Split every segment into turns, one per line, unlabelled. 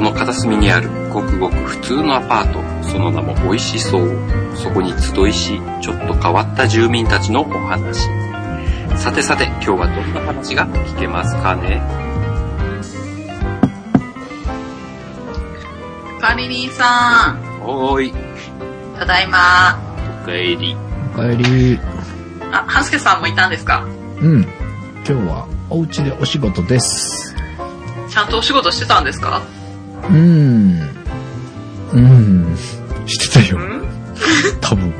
の片隅にあるごくごく普通のアパートその名も美味しそうそこに集いしちょっと変わった住民たちのお話さてさて今日はどんな話が聞けますかね
カリリンさん、
おーい
ただいま。
おかえり
おかえり。
あ、ハスケさんもいたんですか
うん。今日はお家でお仕事です。
ちゃんとお仕事してたんですか
うん。うん。してた
う
よ。
ん
多分。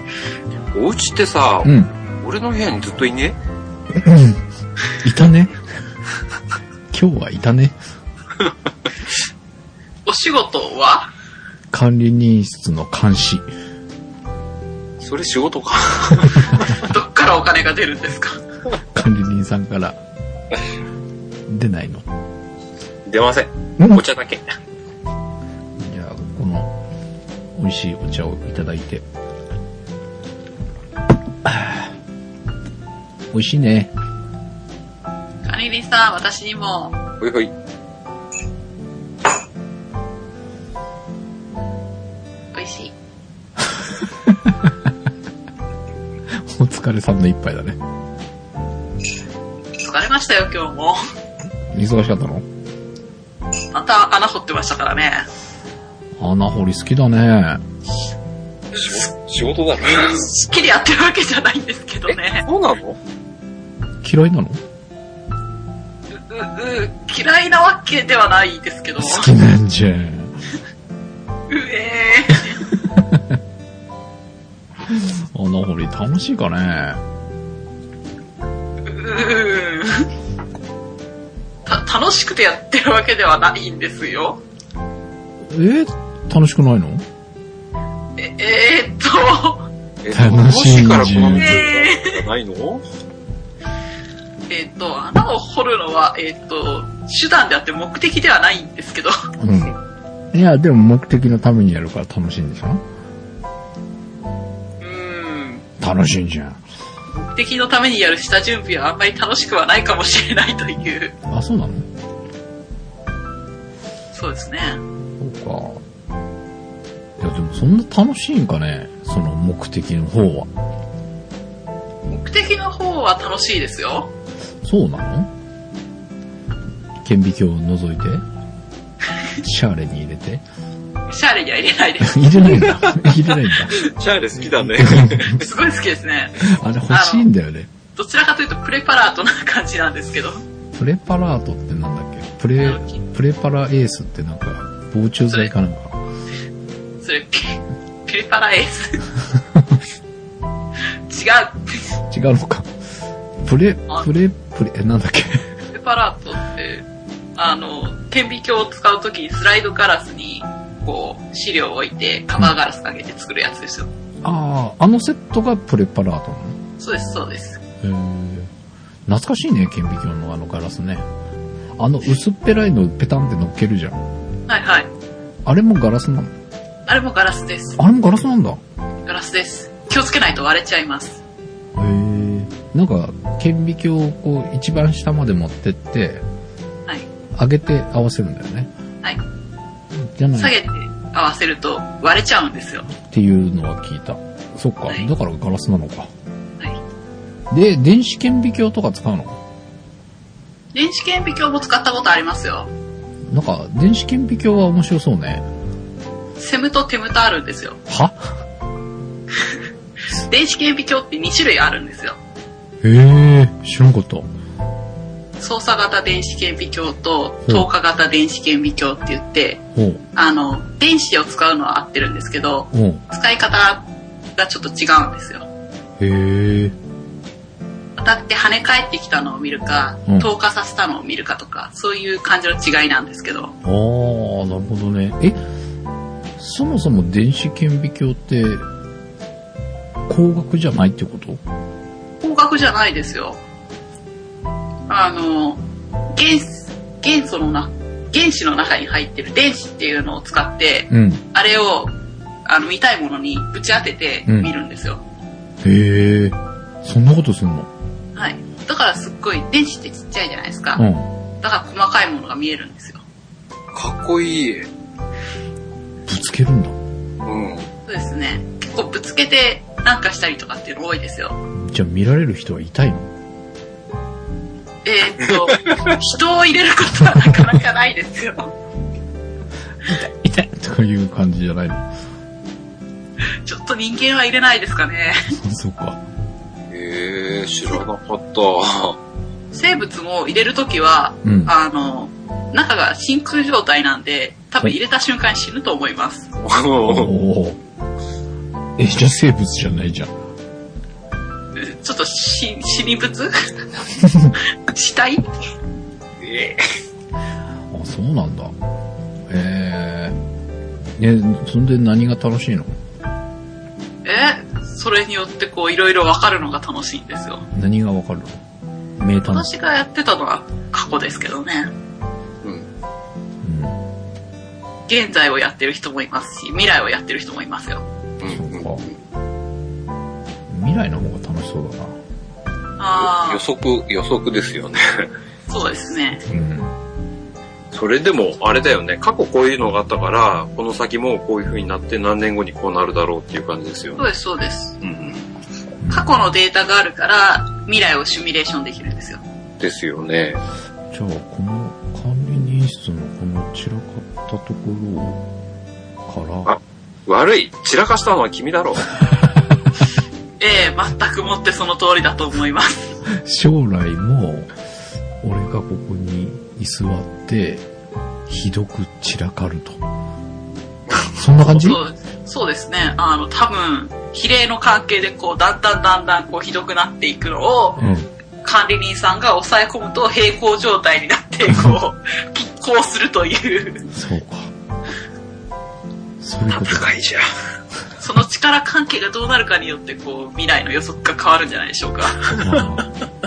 お家ってさ、
うん。
俺の部屋にずっといね
いたね。今日はいたね。
お仕事は
管理人室の監視。
それ仕事か
どっからお金が出るんですか
管理人さんから。出ないの。
出ません
うん
お茶だけ
じゃあ、この、美味しいお茶をいただいて。あ ー美味しいね。
カリリンさん、私にも。
ほいほい
美味しい。
お疲れさんの一杯だね。
疲れましたよ、今日 も。
忙しかったの
また穴掘ってましたからね。
穴掘り好きだね。
仕事だろ
すっきりやってるわけじゃないんですけどね。
そうなの
嫌いなの
う、う、う、嫌いなわけではないですけど。
好きなんじゃん。
うえー。
穴掘り楽しいかね
うーんた、楽しくてやってるわけではないんですよ。
え楽しくないの
え、えー、っと、
え
楽しんじゅう
楽しいからこの
うん
店
え
じゃないの
ー、えーっと、穴を掘るのは、えーっと、手段であって目的ではないんですけど、
うん。いや、でも目的のためにやるから楽しいんでしょ
うーん、
楽しいじゃん。
目的のためにやる下準備はあんまり楽しくはないかもしれないという、
あ、そうなの
そうですね。
そうか。いや、でもそんな楽しいんかねその目的の方は。
目的の方は楽しいですよ。
そうなの顕微鏡を覗い てシャーレに入れて
シャーレには入れないです。
入れないんだ。入れないん だ。
シャーレ好きだね。
すごい好きですね。
あれ欲しいんだよね。
どちらかというとプレパラートな感じなんですけど。
プレパラートってなんだっけプレ、プレパラエースってなんか、防虫剤かなんか。
それ、ピ、ピリパラエース。 違う。
違うのか。プレ、
あ
プレ、プレ、え、なんだっけ
ピリパラートって、あの、顕微鏡を使うときにスライドガラスに、こう、資料を置いて、カバーガラスかけて作るやつですよ。
ああ、あのセットがプレパラート
そうです、そうです。
なのへえ。懐かしいね、顕微鏡のあのガラスね。あの薄っぺらいのペタンって乗っけるじゃん。
はいはい。
あれもガラスなの
あれもガラスです。
あれもガラスなんだ。へ
ガラスです。気をつけないと割れちゃいます。
え。なんか、顕微鏡をこう一番下まで持ってって、
はい。
上げて合わせるんだよね。
はい。
じゃない
下げて合わせると割れちゃうんですよ。
っていうのは聞いた。そっか、
はい
だからガラスなのか。
はい。
で、電子顕微鏡とか使うの
電子顕微鏡も使ったことありますよ。
なんか、電子顕微鏡は面白そうね。
セムとテムとあるんですよ。
は
電子顕微鏡って2種類あるんですよ。
へえ、知らんこと。
操作型電子顕微鏡と透過型電子顕微鏡って言って、
おう、
あの、電子を使うのは合ってるんですけど、
おう、
使い方がちょっと違うんですよ。
へえ、
当たって跳ね返ってきたのを見るか、
うん
透過させたのを見るかとか、そういう感じの違いなんですけど、
あー、なるほどね。え、そもそも電子顕微鏡って、光学じゃないってこと
光学じゃないですよ。あの、元素元素のな、原子の中に入ってる電子っていうのを使って、
うん。
あれを、あの、見たいものにぶち当てて見るんですよ。
へえ、そんなことすんの
はい。だからすっごい、電子ってちっちゃいじゃないですか。
うん。
だから細かいものが見えるんですよ。
かっこいい。
つけるんだ。
うん。
そうですね。結構ぶつけてなんかしたりとかっていうの多いですよ。
じゃあ見られる人はいたいの
えーっと、 人を入れることはなかなかないですよ。
いたいとかいう感じじゃないの
ちょっと人間は入れないですかね。
そうか。
えー、知らなかった。
生物も入れるときは、
うん。
あの、中が真空状態なんで、多分入れた瞬間に死ぬと思います。
おお。え、じゃあ生物じゃないじゃん。
うんちょっと死、死に 物死体
え
あ、そうなんだ。えー。え、そんで何が楽しいの
えそれによってこう、いろいろわかるのが楽しいんですよ。
何がわかるの名探
私がやってたのは過去ですけどね。
うん。
うん。
現在をやってる人もいますし、未来をやってる人もいますよ。
うんうん
そっか未来の方が楽しそうだな。
あ
予測、予測ですよね。
あ、そうですね。
うん。
それでも、あれだよね。過去こういうのがあったから、この先もこういう風になって何年後にこうなるだろうっていう感じですよ
そう
ね。
です、そうです。
うん
過去のデータがあるから、未来をシミュレーションできるんですよ。
うん。ですよね。
じゃあ、この管理人室のこの散らかったところから、
あ悪い散らかしたのは君だろう。
ええ全くもってその通りだと思います。
将来も、俺がここに居座って、ひどく散らかる と。そんな感 じ
そうそうですね。あの、多分、比例の関係で、こう、だんだんだんだん、こう、ひどくなっていくのを、
うん。
管理人さんが抑え込むと平行状態になって、こう、拮 抗するという、
そうか。そういうこと
戦いじゃ。
その力関係がどうなるかによって、こう、未来の予測が変わるんじゃないでしょうか。
あ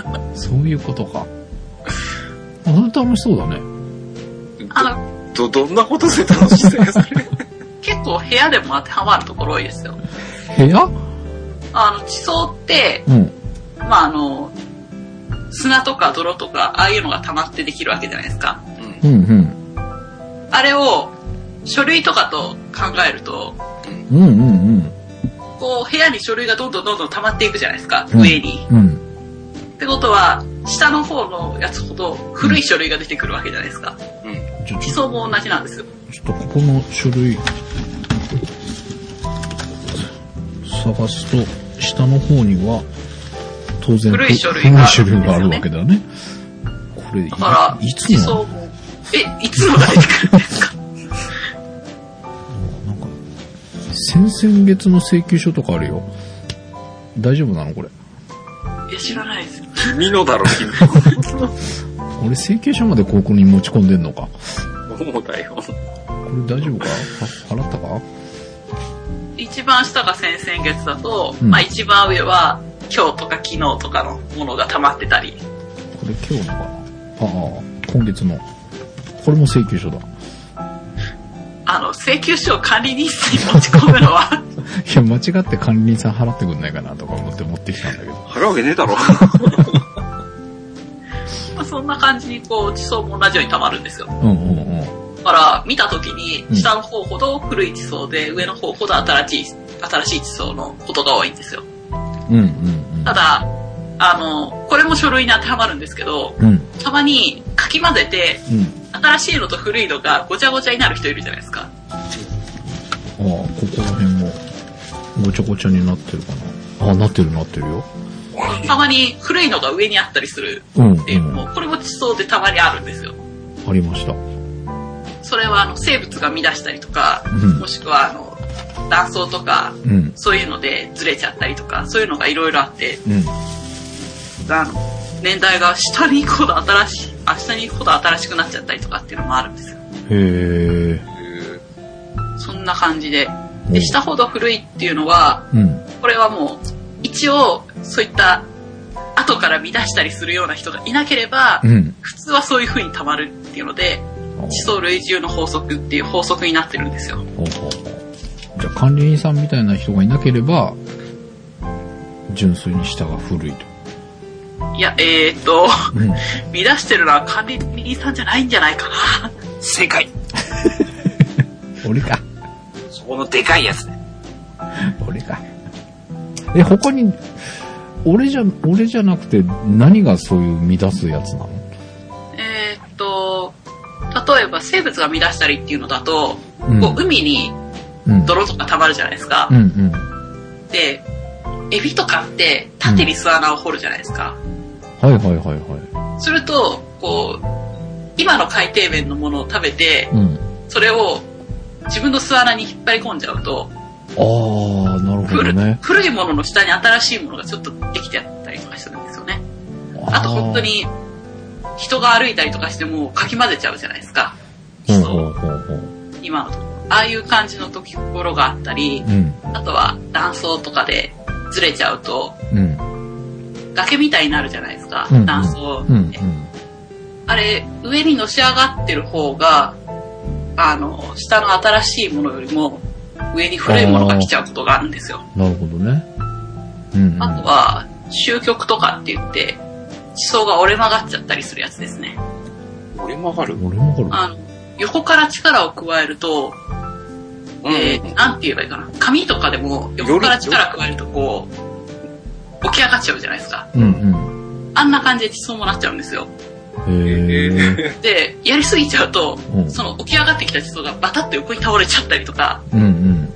ーそういうことか。あ、それ楽しそうだね。
あの、
ど、どんなことで楽しいんですかね
結構部屋でも当てはまるところ多いですよ。
部屋
あの、地層って、
うん。
まあ、あの、砂とか泥とか、ああいうのが溜まってできるわけじゃないですか。
うんうん。
あれを、書類とかと考えると、
うんうん
こう、部屋に書類がどんどんどんどん溜まっていくじゃないですか、
うん
上に。
うん。うん。
ってことは、下の方のやつほど古い書類が出てくるわけじゃないですか。
ちょ、
地
ちょ
層も同じなんですよ。
ちょっとここの書類、探すと、下の方には、当然、
古い書類
古
が
い
ある
書類があ
ん
るわ
です
けだよね。これ、い
だから、
い
地
つ
層
も、
も、え、いつも出てくるんですか
なんか、先々月の請求書とかあるよ。大丈夫なのこれ。
いや、知らないです。
君のだろ、君。
俺請求書までここに持ち込んでんのか。
そうだよ。
これ大丈夫かは払ったか
一番下が先々月だと、
うん
まあ一番上は今日とか昨日とかのものが溜まってたり、
これ今日のかなああ、今月の。これも請求書だ。い
あの、請求書を管理人室に持ち込むのは、
や、間違って管理人さん払ってくんないかなとか思って持ってきたんだけど。
払うわけねえだろ。
まあそんな感じにこう地層も同じように溜まるんですよ。
うんうんうん。
だから見た時に
うん
下の方ほど古い地層で上の方ほど新しい、新しい地層のことが多いんですよ。
うんうん
ただ、あの、これも書類に当てはまるんですけど、
うん。うん
たまにかき混ぜて
うん。
新しいのと古いのがごちゃごちゃになる人いるじゃないですか。
ああ、ここら辺も、ごちゃごちゃになってるかな。ああ、なってるなってるよ。
たまに古いのが上にあったりする
うん、う
っていうの
ん。
も、これも地層でたまにあるんですよ。
ありました。
それはあの生物が乱したりとか、
うん
もしくはあの断層とか、
うん。
そういうのでずれちゃったりとか、そういうのがいろいろあって、
うん。
あの年代が下に行くほど新しい、あ下に行くほど新しくなっちゃったりとかっていうのもあるんですよ。
へえ。
そんな感じで。
う
で、
ん
下ほど古いっていうのは、
うん。
これはもう、一応、そういった、後から乱したりするような人がいなければ、
うん。
普通はそういう風に溜まるっていうので、地層類中の法則っていう法則になってるんですよ。
ほうほうほうじゃあ管理人さんみたいな人がいなければ、純粋に下が古いと。
いや、えー、っと、
うん。
乱してるのは管理人さんじゃないんじゃないかな。
正解。
俺か。
そこのでかいやつね。
俺が。え、他に、俺じゃ、俺じゃなくて何がそういう乱すやつなの
えーっと、例えば生物が乱したりっていうのだと、
うん
こう海に
うん。
泥とか溜まるじゃないですか
う。んうん。
で、エビとかって縦に巣穴を掘るじゃないですか。
はいはいはいは
すると、こう、今の海底面のものを食べて
い。、うん。
それを自分の巣穴に引っ張り込んじゃうと、
ああ、なるほど
古
ね。
古いものの下に新しいものがちょっとできてあったりとかするんですよね。あと本当に人が歩いたりとかしてもかき混ぜちゃうじゃないですか。
あー。
基
うん、
礎
ほう
を
ほうほう。
今のところ。ああいう感じの時ところがあったり、
うん。
あとは断層とかでずれちゃうと
うん。
崖みたいになるじゃないですか、
うんうん
断層って、
うん。うん。
あれ、上にのし上がってる方が、あの、下の新しいものよりも上に古いものが来ちゃうことがあるんですよ。
なるほどね。うん、うん。
あとは、終局とかって言って、地層が折れ曲がっちゃったりするやつですね。
折れ曲がる
俺もこれ、
あの、横から力を加えると、
うん。
えー、なんて言えばいいかな。紙とかでも横から力加えるとこう、起き上がっちゃうじゃないですか。
うん
あんな感じで地層もなっちゃうんですよ。
うん。へえ。
で、やりすぎちゃうと、
うん
その起き上がってきた地層がバタッと横に倒れちゃったりとか
うん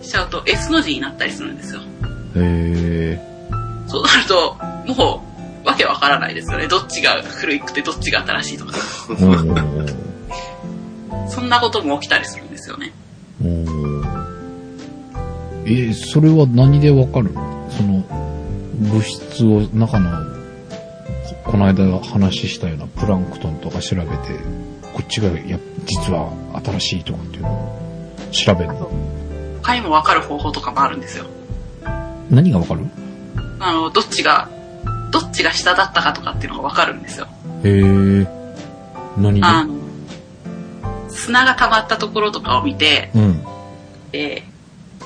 しちゃうと S の字になったりするんですよ。
うん。へ え。
そうなると、もう、わけわからないですよね。どっちが古くてどっちが新しいとか。
おー
そんなことも起きたりするんですよね。
おーえ、それは何でわかるその、物質を中の、ここの間話したようなプランクトンとか調べて、こっちがや実は新しいとかっていうのを調べるの。
他にもわかる方法とかもあるんですよ。
何がわかる
あの、どっちが、どっちが下だったかとかっていうのがわかるんですよ。
へえ。何で
あの、砂が溜まったところとかを見て、
うん。
で、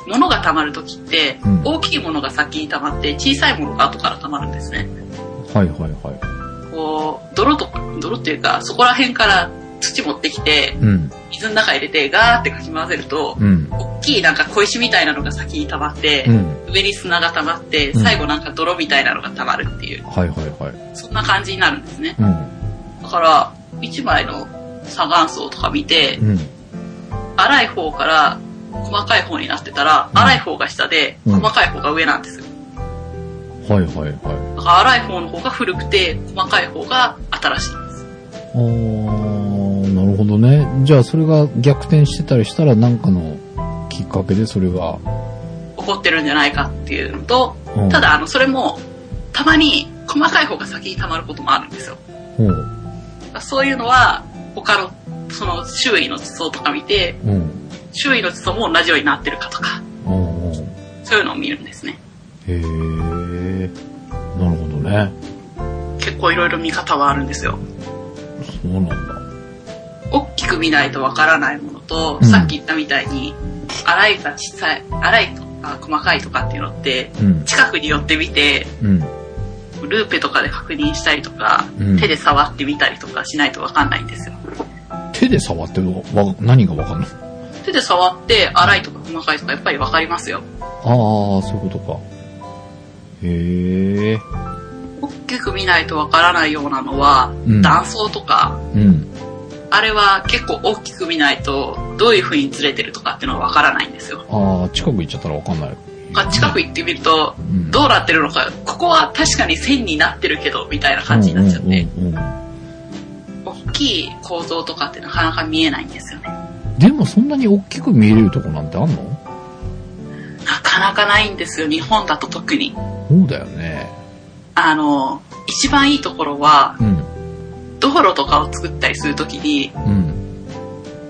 物が溜まるときって、
うん
大きいものが先に溜まって、小さいものが後から溜まるんですね。
はいはいは
こう、泥とか、泥っていうか、そこら辺から土持ってきて
い。、うん。
水の中入れて、ガーってかき混ぜると、
うん。
大きいなんか小石みたいなのが先に溜まって、
うん。
上に砂が溜まって、
うん
最後なんか泥みたいなのが溜まるっていう、
はいはいはい。
そんな感じになるんですね。
うん。
だから、一枚の砂岩層とか見て、
うん。
粗い方から細かい方になってたら、
うん
粗い方が下で、
うん
細かい方が上なんですよ。
はいはいはい。
だから粗い方の方が古くて、細かい方が新しいんです。
あーなるほどね。じゃあそれが逆転してたりしたらなんかのきっかけでそれが。
怒ってるんじゃないかっていうのと、
うん
ただ、あの、それも、たまに細かい方が先に溜まることもあるんですよ。
うん。
だからそういうのは、他の、その周囲の地層とか見て、
うん。
周囲の地層も同じようになってるかとか、
うん。へ
そういうのを見るんですね。
え。なるほどね。
結構いろいろ見方はあるんですよ。
そうなんだ。
大きく見ないとわからないものと、
うん
さっき言ったみたいに、粗いか小さい、粗いとか細かいとかっていうのって、
うん。
近くに寄ってみて、
うん。
ルーペとかで確認したりとか、
うん
手で触ってみたりとかしないとわかんないんですよ。
手で触ってわ何がわかんない
手で触って、粗いとか細かいとかやっぱりわかりますよ。
ああ、そういうことか。へえ。
大きく見ないとわからないようなのは、
うん
断層とか、
うん。
あれは結構大きく見ないと、どういう風にずれてるとかっていうのはわからないんですよ。
ああ、近く行っちゃったらわかんない。
近く行ってみると、
ん
どうなってるのか、ここは確かに線になってるけど、みたいな感じになっちゃって、
うんうんうんうん
大きい構造とかってなかなか見えないんですよね。
でもそんなに大きく見えれるとこなんてあんの
なかなかないんですよ、日本だと特に。
そうだよね。
あの、一番いいところは、
うん。
道路とかを作ったりするときに、
うん。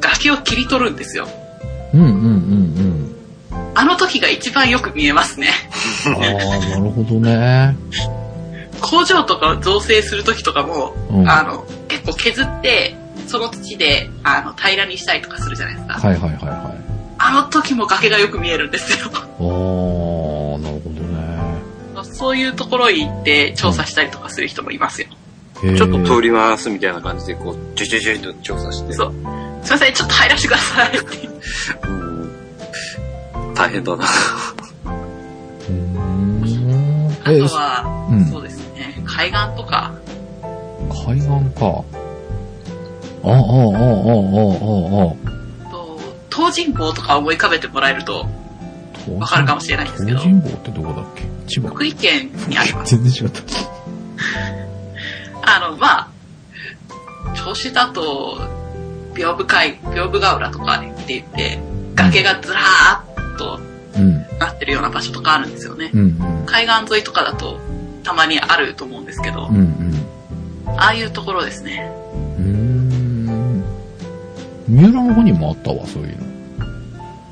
崖を切り取るんですよ。
うんうんうんうん。
あの時が一番よく見えますね。
ああ、なるほどね。
工場とかを造成する時とかも、
うん
あの、結構削って、その土で、あの、平らにしたりとかするじゃないですか。
はいはいはいはい。
あの時も崖がよく見えるんですよ。
ああ、なるほどね。
そういうところに行って調査したりとかする人もいますよ。
へー
ちょっと通りますみたいな感じで、こう、ちょいちょいちょいと調査して。
そう。すいません、ちょっと入らせてくださいって。
うん大変だな。
うーん。
あ
え
と、は、
うん
そうですね、海岸とか、
海岸か。ああ、ああ、ああ、ああ、ああ。
と、東尋坊とか思い浮かべてもらえると、わかるかもしれないですけど
東尋坊ってどこだっけ千葉。
福井県にあり ます。
全然違った。
あの、まあ、調子だと、屏風海、屏風ヶ浦とかって言って、崖がずらーっと
うん、
なってるような場所とかあるんですよね。
うん、
海岸沿いとかだと、たまにあると思うんですけど
うん、う、ん、
ああいうところですね。
うん。うーん。三浦の方にもあったわ、そういうの。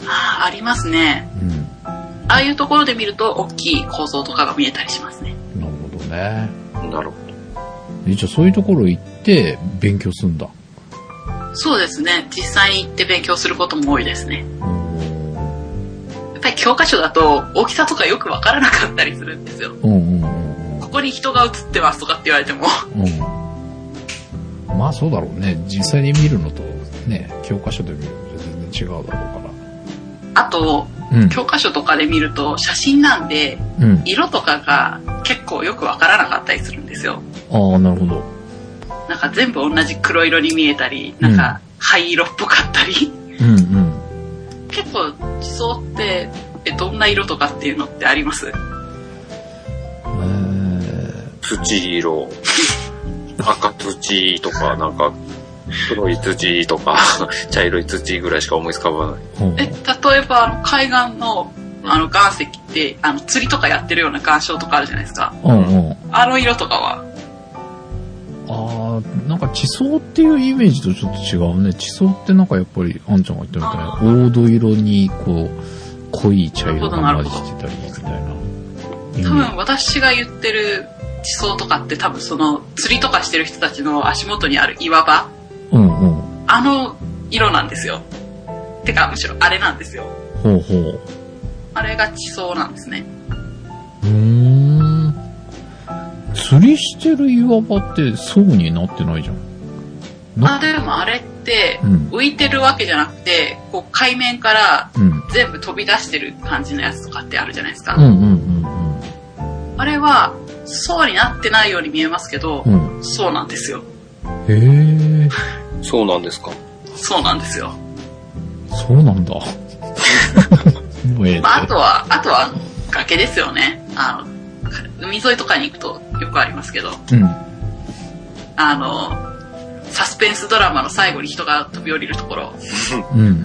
ああ、ありますね。
うん。
ああいうところで見ると、大きい構造とかが見えたりしますね。
なるほどね。
なるほ
えじゃあそういうところ行って勉強すんだ。
そうですね。実際に行って勉強することも多いですね。
うーん。
やっぱり教科書だと、大きさとかよくわからなかったりするんですよ。
うんうんうん
ここに人が写ってますとかって言われても、
うん。うん。まあそうだろうね。実際に見るのとね、教科書で見るのと全然違うだろうか
あと、
ら。うん。
教科書とかで見ると、写真なんで、
うん。
色とかが結構よくわからなかったりするんですよ。
ああ、なるほど。
なんか全部同じ黒色に見えたり、なんか灰色っぽかったり。
うんうん。
結構地層ってえどんな色とかっていうのってあります
え
ど。土色、赤土とか、なんか、黒い土とか、 茶色い土ぐらいしか思いつかばない。
ーうん
え例えばあの海岸のあの岩石ってあの釣りとかやってるような岩礁とかあるじゃないですか
うんうん。
あの色とかは
ああ、なんか地層っていうイメージとちょっと違うね。地層ってなんかやっぱり、あんちゃんが言ったみたいに、黄土色にこう、濃い茶色が混じってたりみたいな。イメ
多
ー
分私が言ってる地層とかって多分その釣りとかしてる人たちの足元にある岩場
ジうんうん。
あの色なんですよてかむしろあれなんですよ
ほうほう。
あれが地層なんですね
うーん。釣りしてる岩場って層になってないじゃん。
あ
な、
でもあれって
うん。
浮いてるわけじゃなくてこう海面から
うん。
全部飛び出してる感じのやつとかってあるじゃないですか。
うんうん
あれは、そうになってないように見えますけど
うんう、ん。うん。
そうなんですよ。
へえ、
そうなんですか。
そうなんですよ。
そうなんだ。 もうええ
まあ、あとは、あとは、崖ですよね。あの、海沿いとかに行くとよくありますけど、
うん。
あの、サスペンスドラマの最後に人が飛び降りるところ、
うん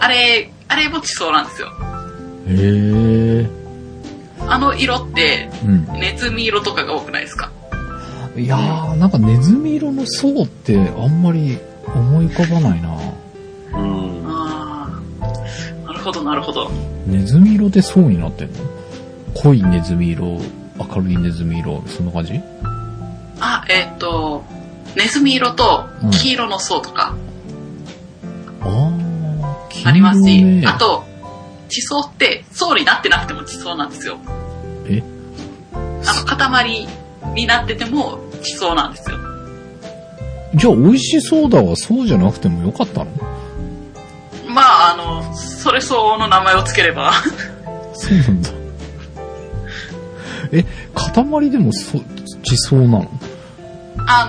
あれ、あれも地層なんですよ。
うん。へえ、
あの色って、
うん。
ネズミ色とかが多くないですか
いやー、なんかネズミ色の層ってあんまり思い浮かばないな。
うん。
ああ、なるほど、なるほど。
ネズミ色で層になってんの濃いネズミ色、明るいネズミ色、そんな感じ
あ、えっ、と、ネズミ色と黄色の層とか
あー、黄色ね
ありますし、あ、と、地層って層になってなくても地層なんですよ。
え
あの、塊になってても地層なんですよ。
じゃあ美味しそうだわ、そうじゃなくてもよかったの
まあ、あの、それ相応の名前をつければ、
そうなんだ。え、塊でもそ、地層なの
あ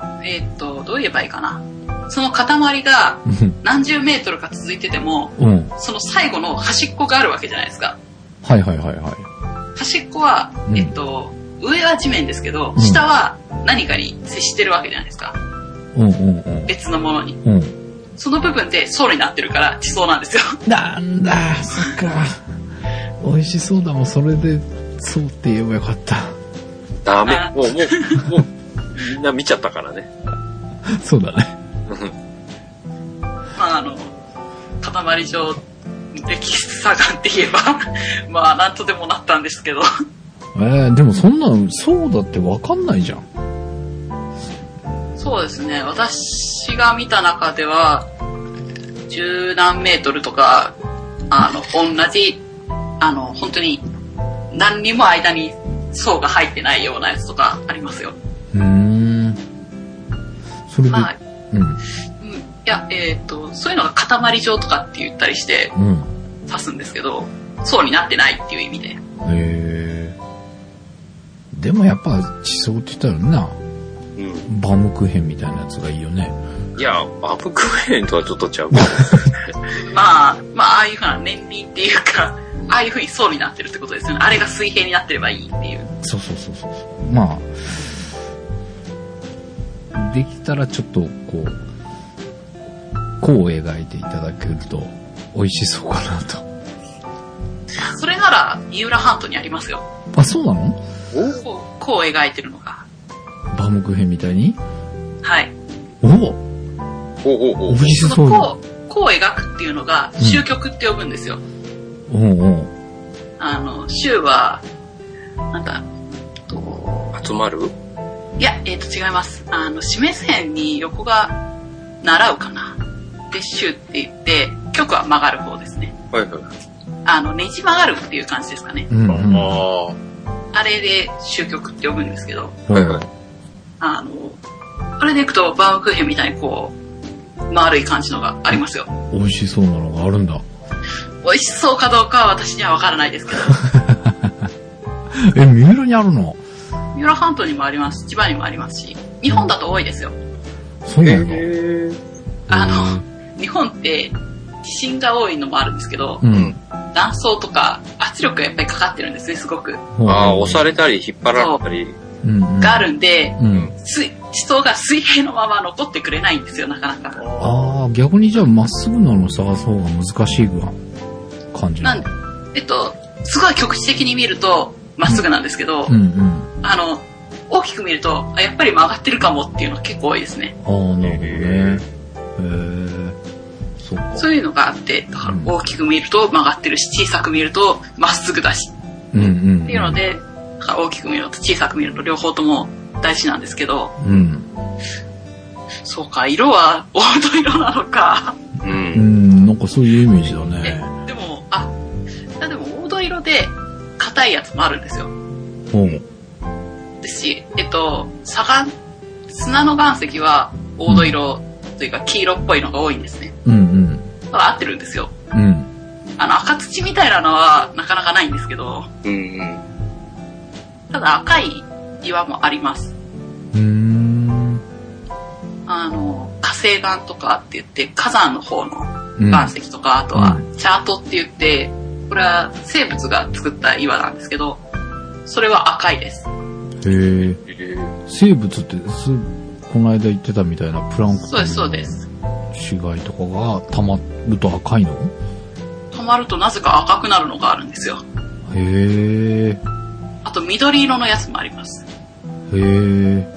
の、えっ、と、どう言えばいいかな。その塊が
うん
何十メートルか続いてても、
うん。
その最後の端っこがあるわけじゃないですか。
はいはいはいはい。
端っこは
う、ん
えっと、上は地面ですけど
う、ん
下は何かに接してるわけじゃないですか。
うんうんうん。
別のものに。
うん。
その部分で層になってるから地層なんですよ。
なんだ、そっか。美味しそうだもん、それで、そうって言えばよかった。
ダメ
あ。
もう、もう、もう、みんな見ちゃったからね。
そうだね。
まああの、塊状でさがって言えば、 まあなんとでもなったんですけど。
えー、でもそんなの、そうだってわかんないじゃん。
そうですね。私が見た中では、十何メートルとか、あの、同じ、あの、本当に何にも間に層が入ってないようなやつとかありますよ。
うーん。それで、
まあ、
うん。
うんいや、えっ、と、そういうのが塊状とかって言ったりして、
うん。
足すんですけど、そうになってないっていう意味で。
えー、でもやっぱ地層って言ったらな、
うん。
バームクーヘンみたいなやつがいいよね。
いや、バームクーヘンとはちょっとちゃう。
まあ、まあ、ああいうふうな年輪っていうか、 ああいうふうに層になってるってことですよね。あれが水平になってればいいっていう。
そうそうそうそうそう。まあ、できたらちょっとこう、こう描いていただけると美味しそうかなと。
それなら、三浦半島にありますよ。
あ、そうなの
こう、こう描いてるのが。
バームクーヘンみたいに
はい。
おお
おお
美味し
そ
そうだ。
こを、こう描くっていうのが、終局って呼ぶんですよ。
うんうん。
あの、週は、なんだ、と
集まる
いや、えっ、と、違います。あの、示す辺に横が、習うかな。で、週って言って、曲は曲がる方ですね。
はいはい。
あの、ねじ曲がるっていう感じですかね。
うん、うん。は
ああ。
あれで、終曲って呼ぶんですけど、
はいはい。
あの、それでいくと、バウムクーヘンみたいにこう、丸い感じのがありますよ。
い。美味しそうなのがあるんだ。
美味しそうかどうかは私にはわからない ですけど、
え、三浦にあるの
三浦半島にもあります、千葉にもありますし、日本だと多いですよ。
そうなんだ。
え
あの、日本って地震が多いのもあるんですけど、
うん。
断層とか圧力がやっぱりかかってるんですね、すごく。
ああ、押されたり引っ張られたり。
うんうん
があるんで、
うん。
水地層が水平のまま残ってくれないんですよ、なかなか。
ああ、逆にじゃあまっすぐなのを探す方が難しいぐらい感じ
なんで、えっと、すごい局地的に見ると、まっすぐなんですけど、
うんうん。
あの、大きく見ると、あやっぱり曲がってるかもっていうのが結構多いですね。
ああ、なるほどね。
へ
へえ。そっか。
そういうのがあって、だから
うん
大きく見ると曲がってるし、小さく見るとまっすぐだし
うんうん。
っていうの。で、だから大きく見るのと小さく見るのと両方とも大事なんですけど、
うん。
そうか、色は黄土色なのか。
う。
うんん、なんかそういうイメージだね。
でも、あ、いやでも黄土色で硬いやつもあるんですよ。
ほう。
ですし、えっと、砂岩、砂の岩石は黄土色というか黄色っぽいのが多いんですね。
うん
だから合ってるんですよ。
うん。うん。
あの赤土みたいなのはなかなかないんですけど、
うんうん。
ただ赤い岩もあります。
うーん。
あの、火星岩とかって言って火山の方の
うん
岩石とか、あとは
う
チャートって言って、これは生物が作った岩なんですけど、それは赤いです。
へえ。
えー
生物って、す、この間言ってたみたいなプランクトン
そうです、そうです。
死骸とかが溜まると赤いの
止まるとなぜか赤くなるのがあるんですよ。
へえ。
あと緑色のやつもあります。
へえ。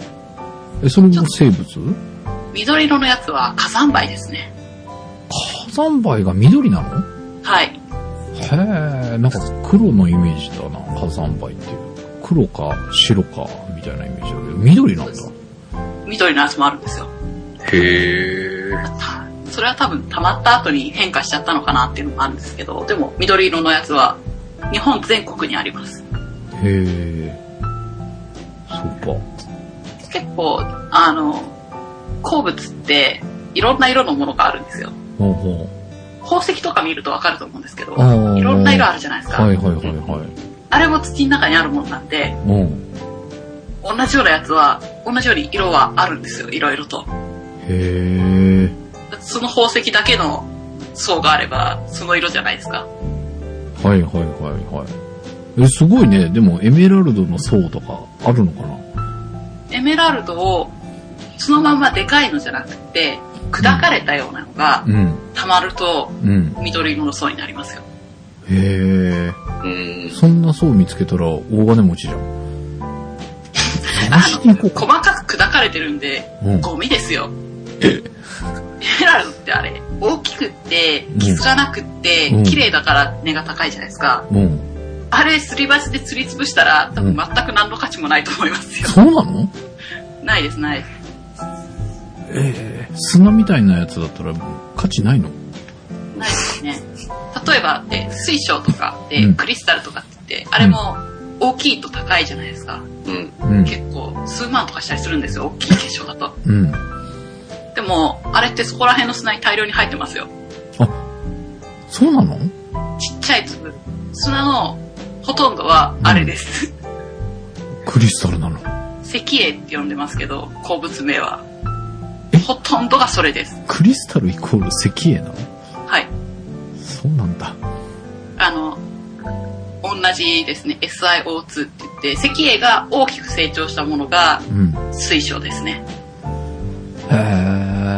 え、それも生物
緑色のやつは火山灰ですね。
火山灰が緑なの
はい。
へえ、なんか黒のイメージだな、火山灰っていう。黒か白かみたいなイメージだけど、緑なんだ。
そう緑のやつもあるんですよ。
へえ。
たそれは多分溜まった後に変化しちゃったのかなっていうのもあるんですけど、でも緑色のやつは日本全国にあります。
へえ。そうか。
結構、あの、鉱物っていろんな色のものがあるんですよ。
ほうほ
宝石とか見るとわかると思うんですけど、
あー
いろんな色あるじゃないです
う。
か。
はいはいはいはい。
あれも土の中にあるものなんで、
うん。
同じようなやつは、同じように色はあるんですよ、いろいろと。
へえ。
その宝石だけの層があれば、その色じゃないですか。
はいはいはいはい。え、すごいね。でもエメラルドの層とかあるのかな
エメラルドを、そのまんまでかいのじゃなくて、砕かれたようなのが
うん。
溜まると
うん。
緑色の層になりますよ。
へえ。
うん。
そんな層見つけたら大金持ちじゃん。探していこう
細
か。
かく砕かれてるんで、
うん。
ゴミですよ。エメラルドってあれ、大きくって、傷がなくって
うん、
綺麗だから値が高いじゃないですか。
うん。
あれ、すり鉢で釣り潰したら、多
う
分
ん
全く何の価値もないと思いますよ。
そうなの
ないです、ないです。
ええ砂みたいなやつだったら価値ないの
ないですね。例えば、え水晶とか、え
うん
クリスタルとかって言って、あれも大きいと高いじゃないですか。
うん。
うん。
結構、数万とかしたりするんですよ、大きい化粧だと。
うん。
でも、あれってそこら辺の砂に大量に入ってますよ。
そうなの
ちっちゃい粒、砂のほとんどはあれです。
クリスタルなの。
石英って呼んでますけど、鉱物名は
え。
ほとんどがそれです。
クリスタルイコール石英なの
はい。
そうなんだ。
あの、同じですね、SiO2 って言って、石英が大きく成長したものが
うん。
水晶ですね。
へー。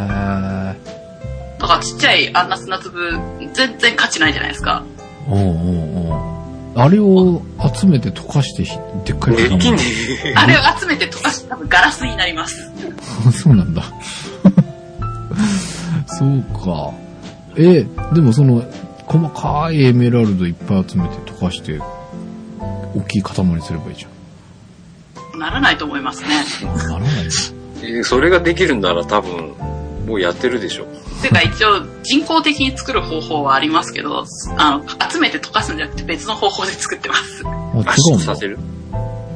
だからちっちゃいあんな砂粒、全然価値ないじゃないですか。
おうおうおうあれを集めて溶かしてひ、でっかい
できんね
あれを集めて溶かして多分ガラスになります。
あ そうなんだ。そうか。え、でもその、細かいエメラルドいっぱい集めて溶かして、大きい塊にすればいいじ
ならないと思いますね。
ゃん。あならないよ。
えそれができるんなら多分、もうやってるでしょ。
てか一応人工的に作る方法はありますけど、あの、集めて溶かすんじゃなくて別の方法で作ってます。
あ、
圧縮
違うん
さ
だ。
せる。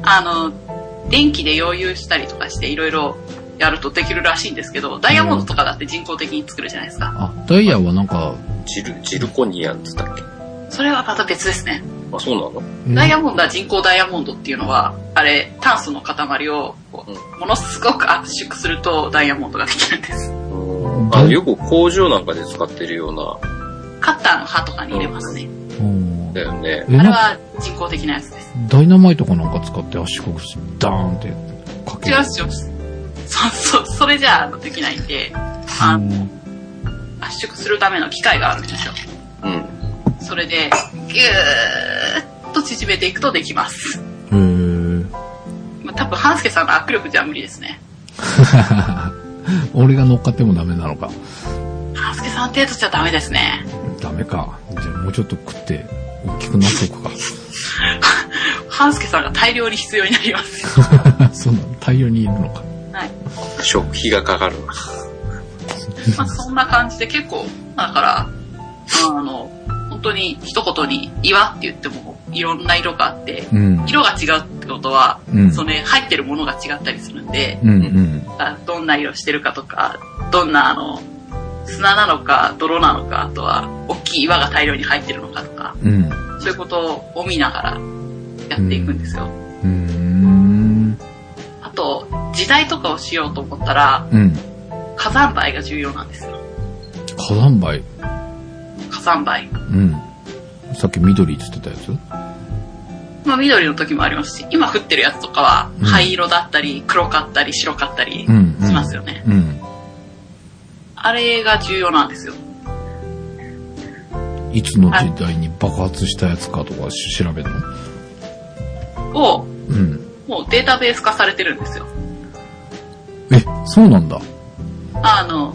あの、電気で溶融したりとかしていろいろやるとできるらしいんですけど、ダイヤモンドとかだって人工的に作るじゃないですか。
あ、ダイヤはなんか、
ジル、ジルコニアンって言ったっけ
それはまた別ですね。
あ、そうなの
え
ダイヤモンドは人工ダイヤモンドっていうのは、あれ、炭素の塊をこうものすごく圧縮するとダイヤモンドができるんです。
うんあの、よく工場なんかで使ってるよう
カッターの刃とかに入れますね。
うん
な、だよね。
え、
あれ
な、
は人工的なやつです。
ダイナマイトかなんか使って圧縮し、ダーンってかけ
違う
る。
違う。そ、そ、それじゃあのできないんで、あの圧縮するための機械があるんですよ。
うん。
それで、ぎゅーっと縮めていくとできます。
うん。へー。
まあ、多分、半助さんの握力じゃ無理ですね。
俺が乗っかってもダメなのか。
半助さん程度じゃダメですね。
ダメか。じゃあもうちょっと食って、大きくなっておくか。
半助さんが大量に必要になり ます。
そうなの大量にいるのか。
はい。
食費がかかるな。
まあ、そんな感じで結構、だから、あの、本当に一言に岩って言ってもいろんな色があって、
うん。
色が違うってことは、
うん
その入ってるものが違ったりするんで、
うんうん。
あどんな色してるかとか、どんなあの、砂なのか、泥なのか、あとは、大きい岩が大量に入ってるのかとか、
うん。
そういうことを見ながらやっていくんですよ。
うーん。
あと、時代とかをしようと思ったら、
うん。
火山灰が重要なんですよ。
火山灰。
火山灰。
うん。さっき緑って言ってたやつ
まあ、緑の時もありますし、今降ってるやつとかは
うん、
灰色だったり、黒かったり、白かったりし
うんうん
ますよね。
うん。
あれが重要なんですよ。
いつの時代に爆発したやつかとかし調べるの
を、
うん。
もうデータベース化されてるんですよ。
え、そうなんだ。
あの、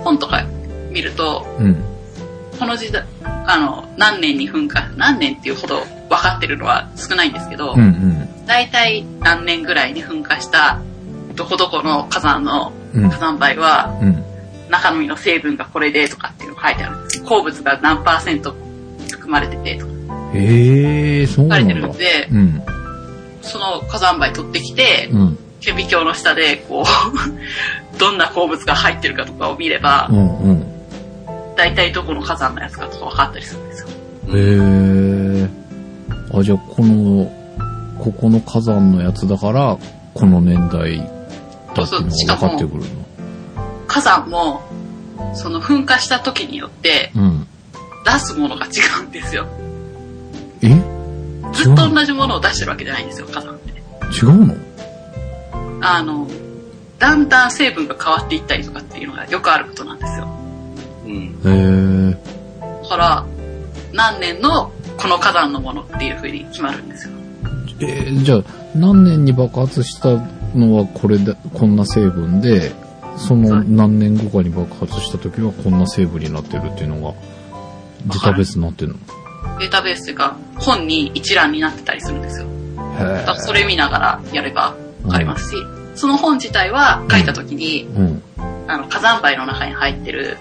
本とか見ると、
うん。
この時代、あの、何年に噴火、何年っていうほど分かってるのは少ないんですけど、
うんうん。
大体何年ぐらいに噴火した、どこどこの火山の
うん
火。山灰は、
うん。
中身の成分がこれでとかっていうのが書いてあるんです。鉱物が何パーセント含まれててとか
えー、そう
書か
な
れ
ん
て
だ
る。んで、
うん。
その火山灰取ってきて、
うん。
顕微鏡の下で、こう、 どんな鉱物が入ってるかとかを見れば
う、んうん。
大体どこの火山のやつかとか分かったりするんですよ。
えー。あ、じゃあこの、ここの火山のやつだから、この年代だっていうのが分かってくるの。
火山も、その噴火した時によって
うん。
出すものが違うんですよ。
え
ずっと同じものを出してるわけじゃないんですよ、火山って。
違うの
あの、だんだん成分が変わっていったりとかっていうのがよくあることなんですよ。
うん。
へー。
だから、何年のこの火山のものっていう風に決まるんですよ。
えーじゃあ、何年に爆発したのはこれだ、こんな成分で、その
はい
何年後かに爆発した時はこんな成分になってるっていうのが、データベースになってるの。
データベースというか、本に一覧になってたりするんですよ。
へ
だから
ー。
それ見ながらやればわかりますし、その本自体は書いた時に、
うん。
あの、火山灰の中に入ってる、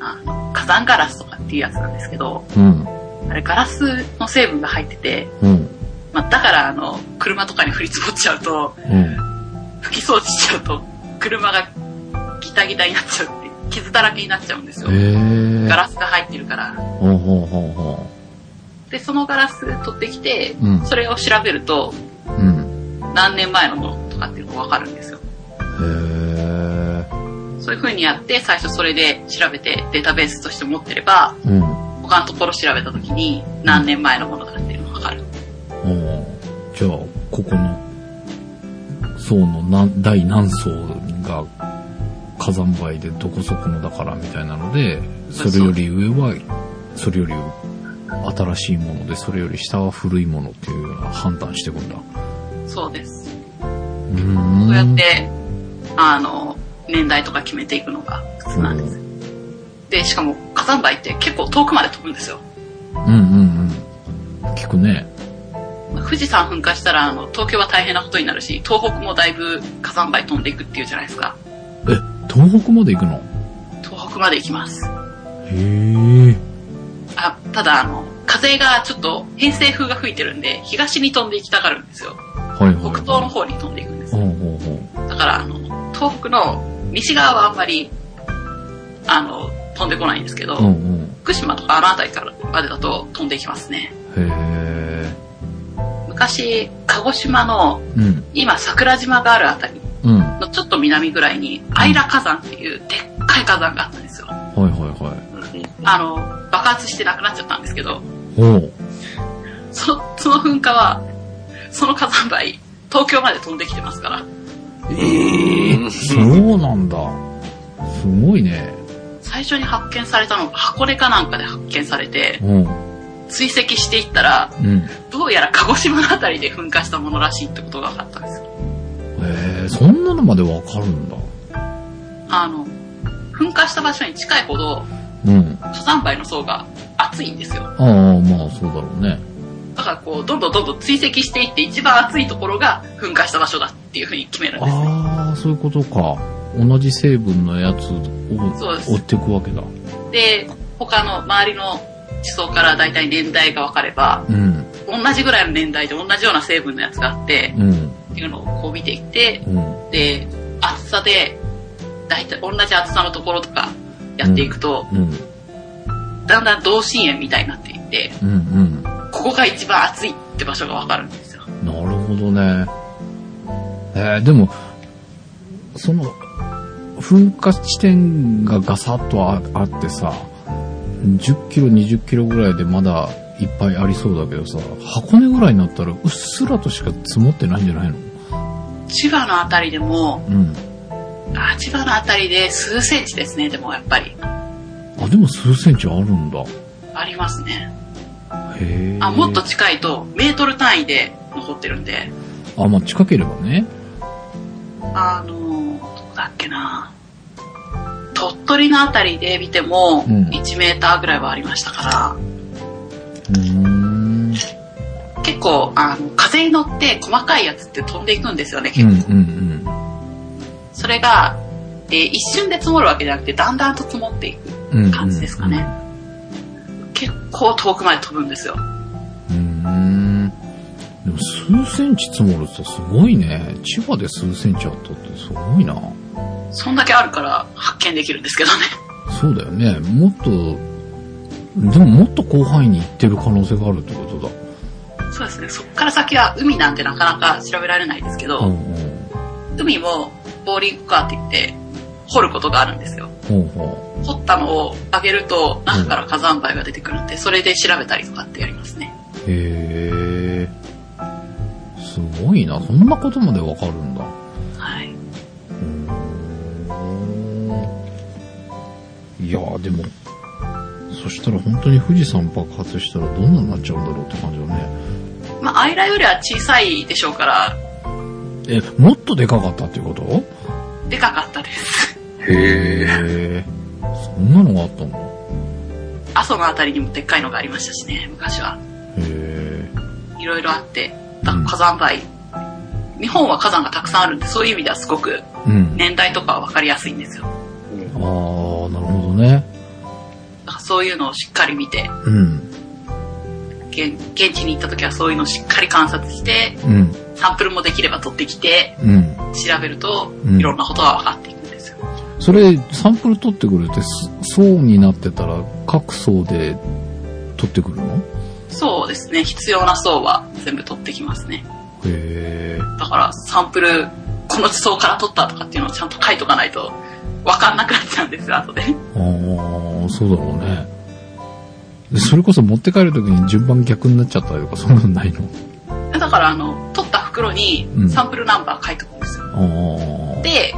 あの、火山ガラスとかっていうやつなんですけど、
うん。
あれガラスの成分が入ってて、
うん。
まあ、だからあの、車とかに降り積もっちゃうと、
うん。
拭き掃除しちゃうと、車がギタギタになっちゃうって、傷だらけになっちゃうんですよ。
へー。
ガラスが入ってるから。
ほうほうほうほ
で、そのガラス取ってきて、
うん
それを調べると、
うん。
何年前のものとかっていうのがわかるんですよ。
へ
そういう風にやって、最初それで調べて、データベースとして持ってれば、
え。うん。
他のところ調べた時に、何年前のものだっていうのがわかる。
おーじゃあ、ここの、層の何、第何層が火山灰でどこそこのだからみたいなので、それより上は、それより新しいもので、それより下は古いものっていうような判断していくんだ。
そうです。
うーん。
そうやって、あの、年代とか決めていくのが普通なんです。で、しかも火山灰って結構遠くまで飛ぶんですよ。
うんうんうん。聞くね。
富士山噴火したら、あの、東京は大変なことになるし、東北もだいぶ火山灰飛んでいくっていうじゃないですか。
え、東北まで行くの
東北まで行きます。
へえ。
あ、ただ、あの、風がちょっと偏西風が吹いてるんで、東に飛んで行きたがるんですよ。
はいはい、はい。
北東の方に飛んでいくんです。
ほうほうほう。
だから、あの、東北の西側はあんまり、あの、飛んでこないんですけど、
うんうん。
福島とかあの辺りからまでだと飛んでいきますね。
へえ。
昔、鹿児島の、
うん。
今桜島がある辺り
うん。は
のちょっと南ぐらいに、アイラ火山っていうでっかい火山があったんですよ。
いはいは
あの、爆発してなくなっちゃったんですけど、
い。ほう。
その、その噴火は、その火山灰、東京まで飛んできてますから、
うん。
そうなんだ。すごいね。
最初に発見されたのが箱根かなんかで発見されて、
うん。
追跡していったら、
うん。
どうやら鹿児島のあたりで噴火したものらしいってことが分かったんですよ。
えー、そんなのまでわかるんだ。
あの、噴火した場所に近いほど
うん。あ
火山灰の層が厚いんですよ。
あ、まあそうだろうね。
だからこう、どんどんどんどん追跡していって一番厚いところが噴火した場所だっていうふうに決めるんですね。
ああ、そういうことか。同じ成分のやつを
そうです
追っていくわけだ。
で、他の周りの地層から大体年代が分かれば、
うん。
同じぐらいの年代で同じような成分のやつがあって、
うん。
っていうのをこう見ていって、
うん。
で、厚さで、大体同じ厚さのところとかやっていくと、
うん。
だんだん同心円みたいになっていって、
うん。うん。な
ここが一番厚いって場所がわかるんですよ。
るほどね。えー、でも、その、噴火地点がガサッとああってさ、10キロ、20キロぐらいでまだいっぱいありそうだけどさ、箱根ぐらいになったらうっすらとしか積もってないんじゃないの
千葉のあたりでも、
うん。
あ千葉のあたりで数センチですね、でもやっぱり。
あ、でも数センチあるんだ。
ありますね。
へえ。
あ、もっと。近いと、メートル単位で残ってるんで、
あ、まあ近ければね。
あのー、どうだっけな鳥取のあたりで見ても、
うん
1メーターぐらいはありましたから、
うーん。
結構、あの、風に乗って細かいやつって飛んでいくんですよね、
う
結
んう
構。
ん
それが、えー一瞬で積もるわけじゃなくて、だんだんと積もっていく
うん。うん。
感じですかね。。結構遠くまで飛ぶんですよ。
うーん。でも数センチ積もるってすごいね。千葉で数センチあったってすごいな。
そんだけあるから発見できるんですけどね。
そうだよね。もっと、でももっと広範囲に行ってる可能性があるってことだ。
そうですね。そっから先は海なんてなかなか調べられないですけ
う
ど、
んうん。
海もボーリングカーって言って、掘ることがあるんですよ。
ほうほ
掘ったのを上げると、中から火山灰が出てくるんで、それで調べたりとかってやりますね。
う。へえ。すごいな。そんなことまでわかるんだ。
はい。
いやーでも、そしたら本当に富士山爆発したらどんなになっちゃうんだろうって感じだね。
まあ、アイラよりは小さいでしょうから、
え、もっとでかかったっていうこと
でかかったです。
へえ。
へえ。そんなのがあったんだ。へ
阿蘇のあたりにもでっかいのがありましたしね、昔は。
え。
いろいろあって、だ火山灰。日本は火山がたくさんあるんで、そういう意味ではすごく
うん。
年代とかはわかりやすいんですよ。
あー、なるほどね。
だからそういうのをしっかり見て、
うん。
現現地に行った時はそういうのをしっかり観察して、
うん。
サンプルもできれば取ってきて、
うん。
調べると
う、ん
いろんなことが分かっていくんですよ。
それ、サンプル取ってくるって、す層になってたら、各層で取ってくるの
そうですね、必要な層は全部取ってきますね。
へえ。
だからサンプル、この地層から取ったとかっていうのをちゃんと書いとかないと、わかんなくなっちゃうんですよ、後で。
ああ、そうだろうね。それこそ持って帰るときに順番逆になっちゃったりとか、そんなのないの
だから、あの、取った袋に
うん
サンプルナンバー書いとくんですよ。
あ
で、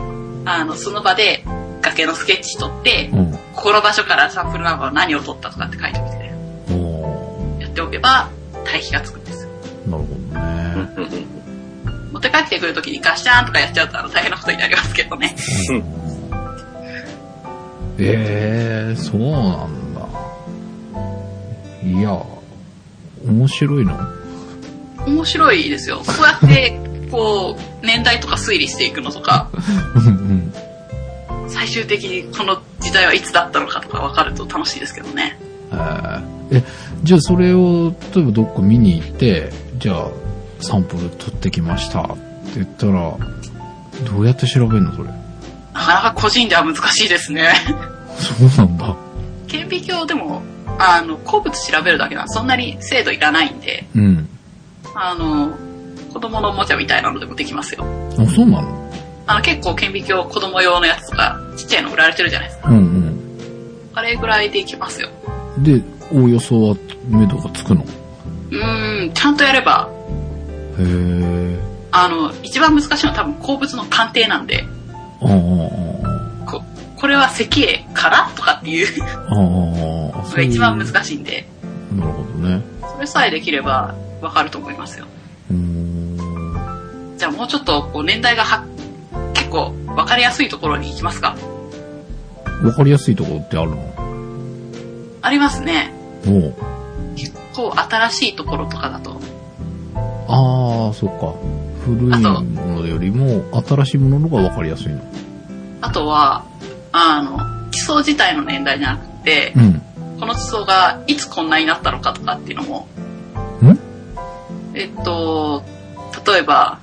あの、その場で崖のスケッチ取って
あ。、うん。あ
ここの場所からサンプルナンバーを何を取ったとかって書いておいて、
あ。な
やっておけば、対比がつくんですよ。
るほど
うん
ね。
うんうん
持って帰ってくるときにガシャーンとかやっちゃうとあの大変なことになりますけどね。
うん
ええそうなんだ。いや、面白いな。
面白いですよ。そうやって、こう、年代とか推理していくのとか、
うんうん。
最終的にこの時代はいつだったのかとか分かると楽しいですけどね。
えーえ、じゃあそれを、例えばどっか見に行って、じゃあサンプル取ってきましたって言ったら、どうやって調べるのそれ。
なかなか個人では難しいですね。
そうなんだ。
顕微鏡でも、あの、鉱物調べるだけなんでそんなに精度いらないんで、
うん。
あの、子供のおもちゃみたいなのでもできますよ。
あ、そうなの
あの、結構顕微鏡子供用のやつとか、ちっちゃいの売られてるじゃないですか。
うん
あれぐらいでいきますよ。
うん。で、おおよそは、目処がつくの。へ
うーん、ちゃんとやれば、
え。
あの、一番難しいのは多分鉱物の鑑定なんで、
ああ、あ
ここれは石英からとかっていう
あ、ああ。
のが一番難
し
しいんで、
い。なるほどね。
それさえできればわかると思いますよ。
うーん。
じゃあもうちょっとこう年代がは結構わかりやすいところに行きますか。
わかりやすいところってあるの
ありますね。
おう
こう新しいところとかだと。
ああ、そっか。古いものよりも、新しいものの方がわかりやすいの。
あとは、あの、地層自体の年代じゃなくて、
うん。
この地層がいつこんなになったのかとかっていうのも。
ん
えっと、例えば、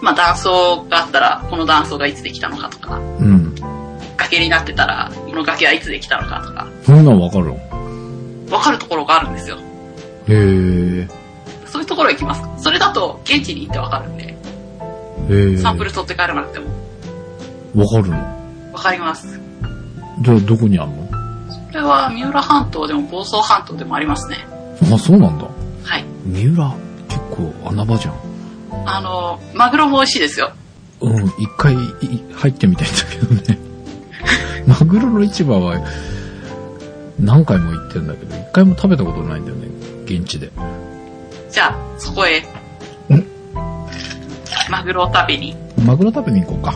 まあ断層があったら、この断層がいつできたのかとか、
うん。
崖になってたら、この崖はいつできたのかとか、
そんなんわかるの
わかるところがあるんですよ。
へ
そういうところ行きますか。それだと、現地に行ってわかるんで、
え。へえ。
サンプル取って帰らなくても、
わかるの
わかります。
じゃあ、どこにあんの
これは、三浦半島でも房総半島でもありますね。
あ、そうなんだ。
はい。
三浦、結構穴場じゃん。
あの、マグロも美味しいですよ。
うん、一回い入ってみたいんだけど ね。マグロの市場は何回も行ってるんだけど、一回も食べたことないんだよね、現地で。
じゃあ、そこへ。マグロを食べに。
マグロ食べに行こうか。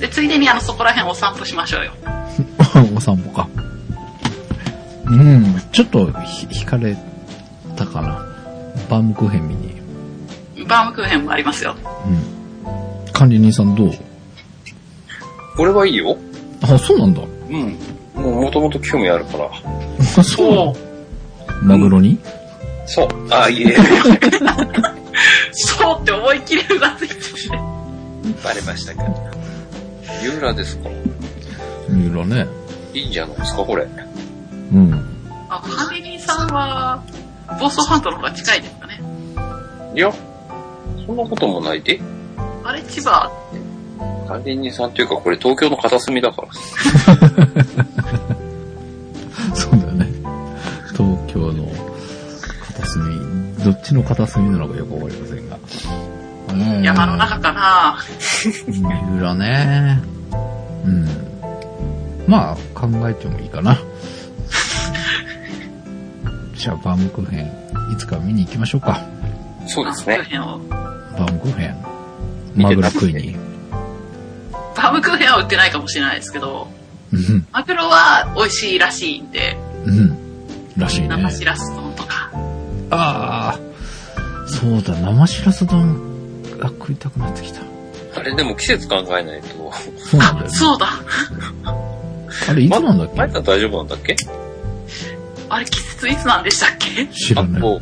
で、ついでに、あの、そこら辺お散歩しましょうよ。
お散歩か。うん、ちょっとひ惹かれたかな。バームクーヘン見に。
バームクーヘンもありますよ。
うん。管理人さんどう
これはいいよ。
あ、そうなんだ。
うん。もう元々興味あるから。
あ そうなんだマグロに
そう。あ、いえ、
そうって思いっきりうなずいてて。
バレましたか。三浦ですから。
三浦ね。
いいんじゃないですか、これ。
うん。
あ、管理人さんは、房総半島の方が近いですかね。
いや、そんなこともないで。
あれ、千葉
管理人さんというか、これ東京の片隅だから。
そうだよね。東京の片隅、どっちの片隅なのかよくわかりませんが。うん
山の中かな、
三浦ね。うん。まあ、考えてもいいかな。 じゃあ、バームクーヘン、いつか見に行きましょうか。
そう
バ
で
ーム
す
クー
ね。
ヘンを。
バームクーヘン。マグロ食いに。
バームクーヘンは売ってないかもしれないですけど、
うん。
マグロは美味しいらしいんで、
うん。らしいね。
生しらす丼とか。
ああ。そうだ、生しらす丼が食いたくなってきた。
あれでも季節考えないと。
そうなんだよ、
あ、
ね。
そうだ。
あれ、いつなんだっ
前
け
から大丈夫なんだっけ
あれ、季節いつなんでしたっけ
知
あ
らない。
と、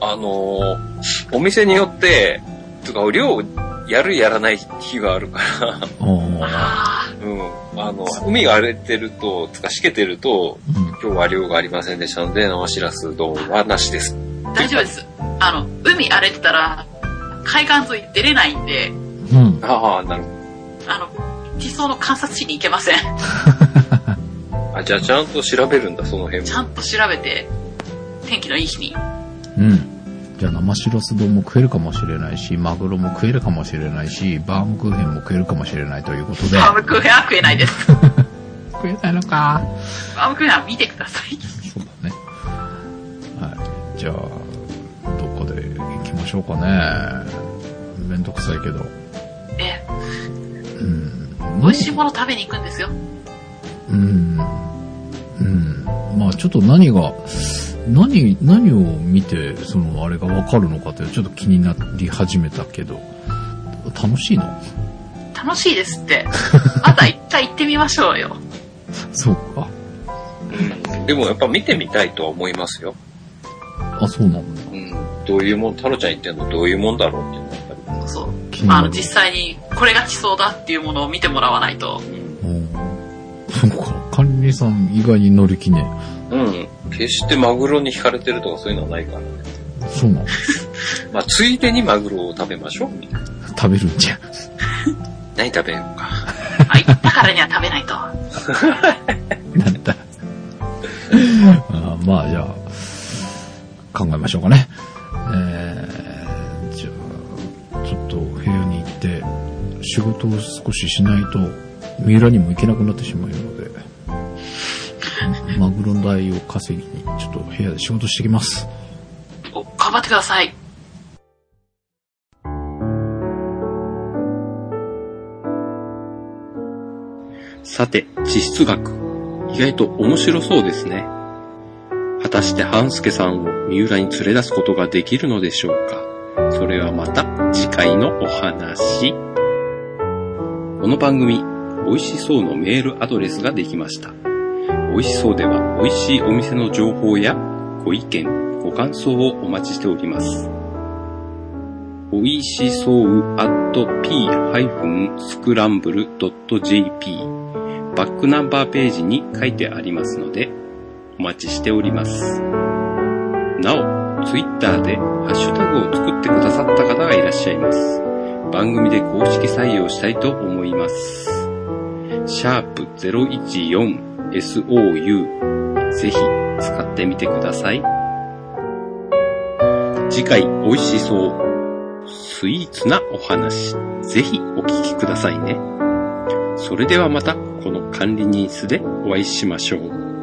あのーお店によって、とか、量をやるやらない日があるから、
あ
あ
うん。あの、海が荒れてると、つか、しけてると、
ー
今日は量がありませんでしたので、生しらす丼はなしです。
大丈夫です。あの、海荒れてたら、海岸沿い出れないんで、
うん。
ああ、なるほ
あの、地層の観察しに行けません。
ど。あ、じゃあちゃんと調べるんだ、その辺
ち
も。
ゃんと調べて、天気のいい日に。
うん。じゃあ生しらす丼も食えるかもしれないし、マグロも食えるかもしれないし、バームクーヘンも食えるかもしれないということで。
バームクーヘンは食えないです。
食えないのか。
バームクーヘンは見てください。
そうだね。はい。じゃあ、どっかで行きましょうかね。めんどくさいけど。
え、
うん。
美味しいもの食べに行くんですよ。
うん。うん。まあちょっと何が、何、何を見て、そのあれがわかるのかってちょっと気になり始めたけど、楽しいの
楽しいですって。 また一回行ってみましょうよ。
そうか。
でもやっぱ見てみたいとは思いますよ。
あ、そうなんだ。
うん。どういうもん、太郎ちゃん言ってんのどういうもんだろうっていうのはやっぱ
そう。
気に
あ
な
の、
る。
実際にこれが地層だっていうものを見てもらわないと。
り。うん
うん。そうか。管理さん意外に乗り気ね。
うん。決してマグロに惹かれてるとかそういうのはないからね。
そうなんだ。
まあ、ついでにマグロを食べましょう。みたいな
食べるんじゃん。
何食べようか。
はい。だからには食べないと。
なんだ。あまあじゃあ、考えましょうかね。えー、じゃあ、ちょっと部屋に行って、仕事を少ししないと、三浦にも行けなくなってしまうので、マグロ代を稼ぎに、ちょっと部屋で仕事してきます。
お頑張ってください。
さて、地質学。意外と面白そうですね。果たして半助さんを三浦に連れ出すことができるのでしょうかそれはまた次回のお話。この番組、美味しそうのメールアドレスができました。美味しそうでは美味しいお店の情報やご意見、ご感想をお待ちしております。美味しそう at p-scramble.jp バックナンバーページに書いてありますので、お待ちしております。なお、ツイッターでハッシュタグを作ってくださった方がいらっしゃいます。番組で公式採用したいと思います。シャープ 014SOU ぜひ使ってみてください。次回、美味しそう。スイーツなお話。ぜひお聞きくださいね。それではまたこの管理ニースでお会いしましょう。